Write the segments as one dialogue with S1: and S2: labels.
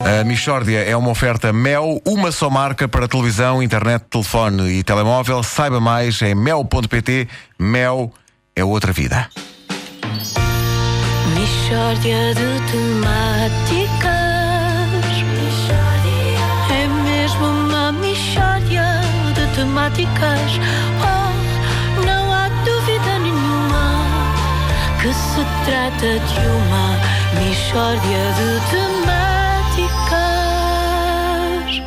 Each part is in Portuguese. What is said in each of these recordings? S1: A Michórdia é uma oferta Mel, uma só marca para televisão, internet, telefone e telemóvel. Saiba mais em mel.pt. Mel é outra vida.
S2: Mishória de temáticas É mesmo uma mishória de temáticas Oh, não há dúvida nenhuma Que se trata de uma mishória de temáticas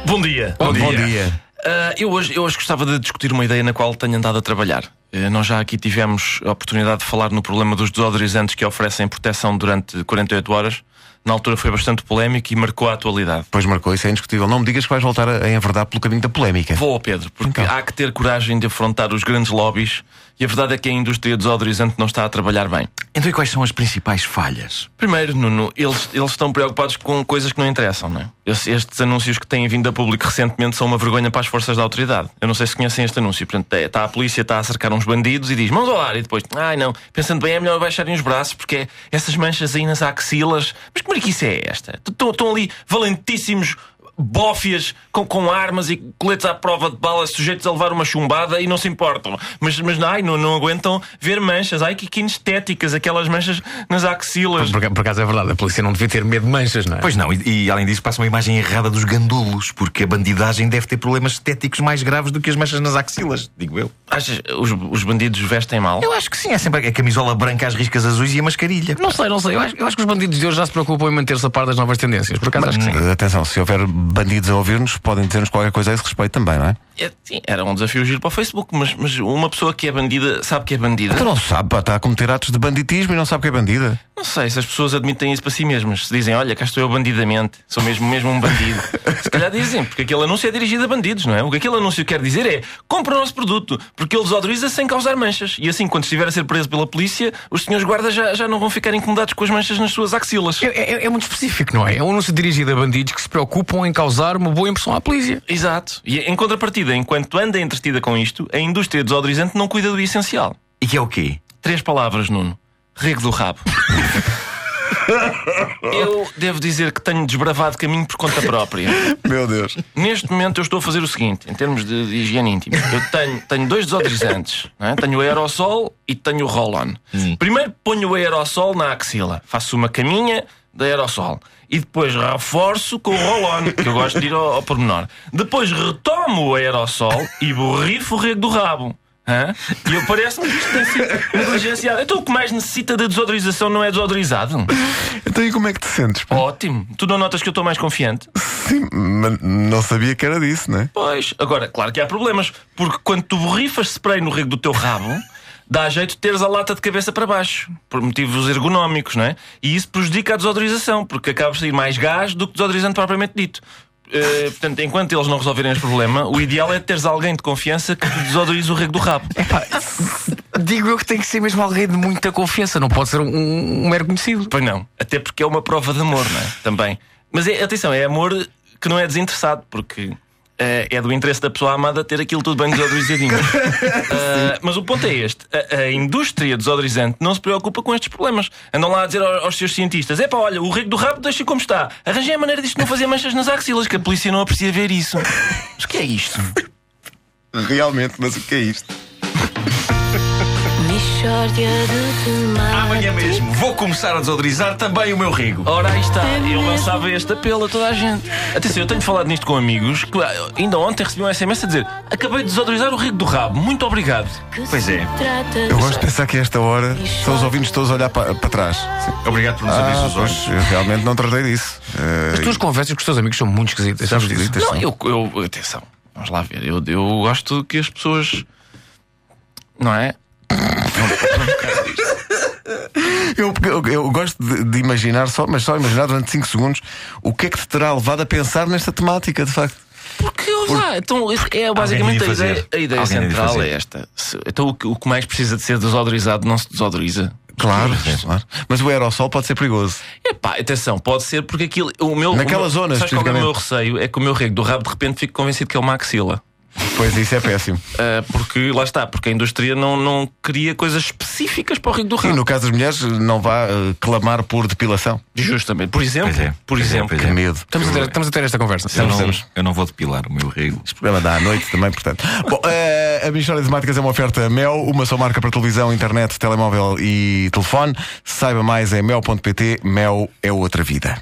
S3: Bom dia. Ah, eu, hoje, eu hoje gostava de discutir uma ideia na qual tenho andado a trabalhar. Eh, nós já aqui tivemos a oportunidade de falar no problema dos desodorizantes que oferecem proteção durante 48 horas. Na altura foi bastante polémico e marcou a atualidade.
S1: Pois marcou, isso é indiscutível. Não me digas que vais voltar a a enverdar pelo caminho da polémica.
S3: Vou ao Pedro, porque
S1: Então.
S3: há que ter coragem de afrontar os grandes lobbies e a verdade é que a indústria desodorizante não está a trabalhar bem.
S4: Então, e quais são as principais falhas?
S3: Primeiro, Nuno, eles, eles estão preocupados com coisas que não interessam, não é? Estes, estes anúncios que têm vindo a público recentemente são uma vergonha para as forças da autoridade. Eu não sei se conhecem este anúncio. Portanto, é, está a polícia, está a cercar uns bandidos e diz mãos ao ar e depois, ai não, pensando bem, é melhor baixarem os braços porque é essas manchas aí nas axilas. Mas que mariquice é esta? Estão estão ali valentíssimos bófias com, com armas e coletes à prova de bala, sujeitos a levar uma chumbada e não se importam. Mas, mas ai, não, não aguentam ver manchas. Ai, que, que inestéticas, aquelas manchas nas axilas.
S5: Por, por acaso é verdade, a polícia não devia ter medo de manchas, não é?
S4: Pois não, e, e, além disso passa uma imagem errada dos gandulos, porque a bandidagem deve ter problemas estéticos mais graves do que as manchas nas axilas, digo eu.
S3: Achas os, os bandidos vestem mal?
S4: Eu acho que sim, é sempre a camisola branca, as riscas azuis e a mascarilha.
S5: Não sei, não sei. Eu acho, eu acho que os bandidos de hoje já se preocupam em manter-se a par das novas tendências. Por acaso acho que sim.
S1: Atenção, se houver bandidos a ouvir-nos, podem dizer-nos qualquer coisa a esse respeito também, não é?
S3: É, sim, era um desafio giro para o Facebook, mas, mas uma pessoa que é bandida sabe que é bandida.
S1: Então não sabe, pá, está a cometer atos de banditismo e não sabe que é bandida.
S3: Não sei se as pessoas admitem isso para si mesmas. Se dizem, olha, cá estou eu bandidamente, sou mesmo, mesmo um bandido. se calhar dizem, porque aquele anúncio é dirigido a bandidos, não é? O que aquele anúncio quer dizer é: compra o nosso produto, porque ele desautoriza sem causar manchas. E assim, quando estiver a ser preso pela polícia, os senhores guardas já, já não vão ficar incomodados com as manchas nas suas axilas.
S5: É, é- é muito específico, não é? É um anúncio dirigido a bandidos que se preocupam em causar uma boa impressão à polícia.
S3: Exato. E em contrapartida, enquanto anda entretida com isto, a indústria desodorizante não cuida do essencial.
S4: E que é o quê?
S3: Três palavras, Nuno. Rego do rabo. Eu devo dizer que tenho desbravado caminho por conta própria.
S1: Meu Deus.
S3: Neste momento eu estou a fazer o seguinte, em termos de, de higiene íntima. Eu tenho, tenho dois desodorizantes. não é? Tenho o aerossol e tenho o roll-on. Primeiro ponho o aerossol na axila. Faço uma caminha de aerossol. E depois reforço com o roll-on, que eu gosto de ir ao, ao pormenor. Depois retomo o aerossol e borrifo o rego do rabo. Hã? E eu parece-me que isto tem sido negligenciado. Então o que mais necessita de desodorização não é desodorizado?
S1: Então e como é que te sentes? pá?
S3: Ótimo. Tu não notas que eu estou mais confiante?
S1: Sim, mas não sabia que era disso, não é?
S3: Pois, agora, claro que há problemas, porque quando tu borrifas spray no rego do teu rabo, dá jeito de teres a lata de cabeça para baixo, por motivos ergonómicos, não é? E isso prejudica a desodorização, porque acaba por sair mais gás do que desodorizante propriamente dito. Eh, portanto, enquanto eles não resolverem este problema, o ideal é teres alguém de confiança que te desodorize o rego do rabo.
S5: Digo eu que tem que ser mesmo alguém de muita confiança, não pode ser um, um, um mero conhecido.
S3: Pois não, até porque é uma prova de amor, não é? Também. Mas é- atenção, é amor que não é desinteressado, porque eh, é do interesse da pessoa amada ter aquilo tudo bem desodorizadinho. Eh, mas o ponto é este: a, a indústria desodorizante não se preocupa com estes problemas. Andam lá a dizer aos, aos seus cientistas: é pá, olha, o rego do rabo deixa como está. Arranjem a maneira disto não fazer manchas nas axilas, que a polícia não aprecia ver isso. Mas o que é isto?
S1: Realmente, mas o que é isto?
S2: Mishória de temáticas
S4: Amanhã É mesmo vou começar a desodorizar também o meu rego.
S3: Ora, aí está.
S2: É
S3: Eu
S2: mesmo.
S3: lançava este apelo a toda a gente. Atenção, eu tenho falado nisto com amigos que ah, ainda ontem recebi um SMS a dizer: Acabei de desodorizar o rego do rabo, muito obrigado.
S2: que
S4: Pois
S2: se
S4: é.
S2: trata
S1: Eu
S2: de-
S1: gosto de pensar que a esta hora são os ouvintes todos a olhar pa- para, trás.
S4: Obrigado por nos abrir
S1: Ah,
S4: os olhos.
S1: pois, eu realmente não tratei disso. Eh,
S5: As tuas conversas com os teus amigos são muito esquisitas, sabes disso?
S3: Não, eu, eu- Atenção, vamos lá ver. Eu, eu gosto que as pessoas. Não é?
S1: Eu, eu- eu gosto de, de imaginar só, mas só imaginar durante 5 segundos o que é que te terá levado a pensar nesta temática, de facto.
S3: Porque ouve lá, então, é basicamente
S4: de
S3: a ideia,
S4: fazer.
S3: a ideia
S4: Alguém de
S3: central
S4: fazer.
S3: é esta. Se- Então, o que, o que mais precisa de ser desodorizado não se desodoriza.
S1: Claro, claro. Mas o aerossol pode ser perigoso.
S3: Epá, atenção, pode ser porque aquilo. O meu,
S1: Naquela
S3: o meu,
S1: zona,
S3: Sabes qual é
S1: especificamente.
S3: o meu receio? É que o meu rego do rabo de repente fico convencido que é uma axila.
S1: Pois isso é péssimo.
S3: Ah, porque, lá está, porque a indústria não, não cria coisas específicas para o Rio do
S1: E
S3: Ramo.
S1: no caso das mulheres, não vá eh, clamar por depilação.
S3: Justamente. Por exemplo,
S4: Pois é,
S3: por
S4: pois é,
S3: exemplo,
S4: pois
S1: Que
S4: é.
S1: medo.
S5: Estamos a, ter, estamos a ter esta conversa.
S4: Eu não,
S3: Estamos.
S4: eu não vou depilar o meu rego.
S1: Este programa dá à noite também, portanto. Bom, eh, a Michória de Temáticas é uma oferta Mel, uma só marca para televisão, internet, telemóvel e telefone. Saiba mais em mel.pt. Mel é outra vida.